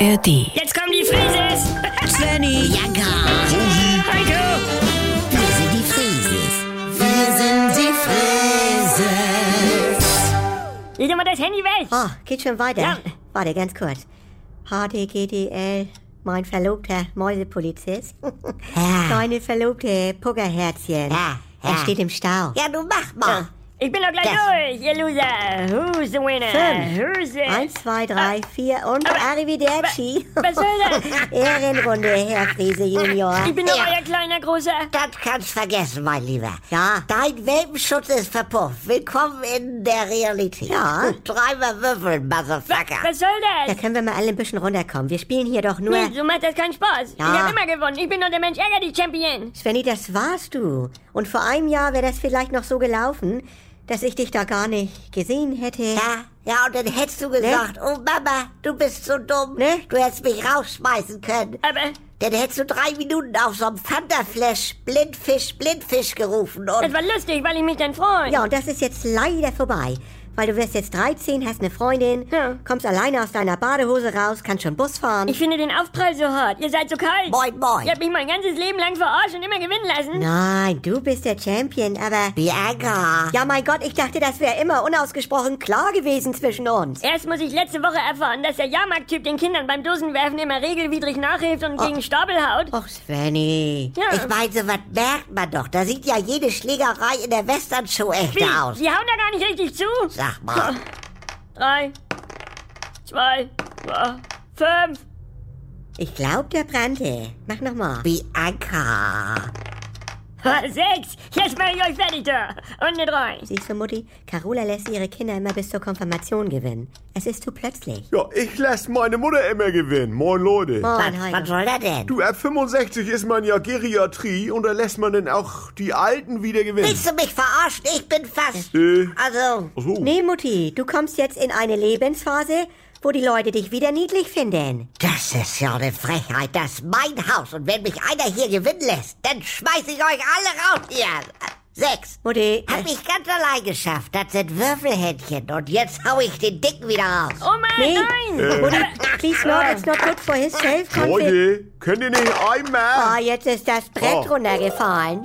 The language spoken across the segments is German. ARD. Jetzt kommen die Frises! Svenny, Ja, gar. Heiko! Wir sind die Frieses. Wir sind die Frieses. Leg doch mal das Handy weg! oh, geht schon weiter. Ja. Warte, ganz kurz. HDGDL, mein verlobter Mäusepolizist. Deine verlobte Puckerherzchen. Ah. Ja, Er ja. steht im Stau. Ja, du mach mal. Ich bin doch gleich Das- durch, ihr Loser! Who's the winner? Fünf. Who's it? Ah, Eins, zwei, drei, vier und Arrivederci. Was soll das? Ehrenrunde, Herr Friese Junior. Ich bin doch Ja. euer kleiner Großer. Das kannst vergessen, mein Lieber. Ja. Dein Welpenschutz ist verpufft. Willkommen in der Realität. Ja. Dreimal würfeln, Motherfucker. Was soll Da das? können wir mal alle ein bisschen runterkommen. Wir spielen hier doch nur... Nee, so macht das keinen Spaß. äh. Ja. Ich hab immer gewonnen. Ich bin doch der Mensch ärger die Champion. Svenny, das warst du. Und vor einem Jahr wäre das vielleicht noch so gelaufen, dass ich dich da gar nicht gesehen hätte. Ja, ja, und dann hättest du gesagt, oh Mama, du bist so dumm. Ne? Du hättest mich rausschmeißen können. Aber Dann hättest du drei Minuten auf so einem Thunderflash Blindfisch, Blindfisch gerufen das und... war lustig, weil ich mich dann freue. Ja, und das ist jetzt leider vorbei. Weil du wirst jetzt 13, hast eine Freundin, Ja. kommst alleine aus deiner Badehose raus, kannst schon Bus fahren. Ich finde den Aufprall so hart. Ihr seid so kalt. Moin, moin. Ihr habt mich mein ganzes Leben lang verarscht und immer gewinnen lassen. Nein, du bist der Champion, aber... Bianca. Ja, mein Gott, ich dachte, das wäre immer unausgesprochen klar gewesen zwischen uns. Erst muss ich letzte Woche erfahren, dass der Jahrmarkttyp den Kindern beim Dosenwerfen immer regelwidrig nachhilft Ah. und gegen Stapel haut. Och, Svenny. Ja. Ich meine, sowas merkt man doch. Da sieht ja jede Schlägerei in der Westernshow Wie? echter aus. Sie hauen da gar nicht richtig zu. Sag mal. Drei, zwei, ja, fünf. Ich glaub, der brannte. Mach nochmal. Bianca. Ah, Sechs! Jetzt mache ich euch fertig da! Und eine drei. Siehst du, Mutti, Carola lässt ihre Kinder immer bis zur Konfirmation gewinnen. Es ist zu plötzlich. Ja, ich lasse meine Mutter immer gewinnen. Moin Leute. Was, Heiko. was soll er denn? Du, ab 65 ist man ja Geriatrie und da lässt man dann auch die Alten wieder gewinnen. Willst du mich verarschen? Ich bin fast. Äh, Also, ach so. Nee, Mutti, du kommst jetzt in eine Lebensphase, wo die Leute dich wieder niedlich finden. das ist ja eine Frechheit. Das ist mein Haus. Und wenn mich einer hier gewinnen lässt, dann schmeiß ich euch alle raus hier. Sechs. Mutti, äh Hab ich ganz allein geschafft. Das sind Würfelhändchen. Und jetzt hau ich den Dicken wieder raus. Oh Mann, Nee. nein! Mutti, please not, it's not good for his self confidence. Leute, könnt ihr nicht einmal? Ah, jetzt ist das Brett Oh. runtergefallen.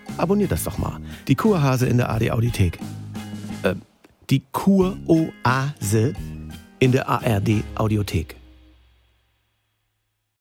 Abonniert das doch mal. Die Kurhase in der AD Audiothek. Äh, die Kuroase in der ARD Audiothek.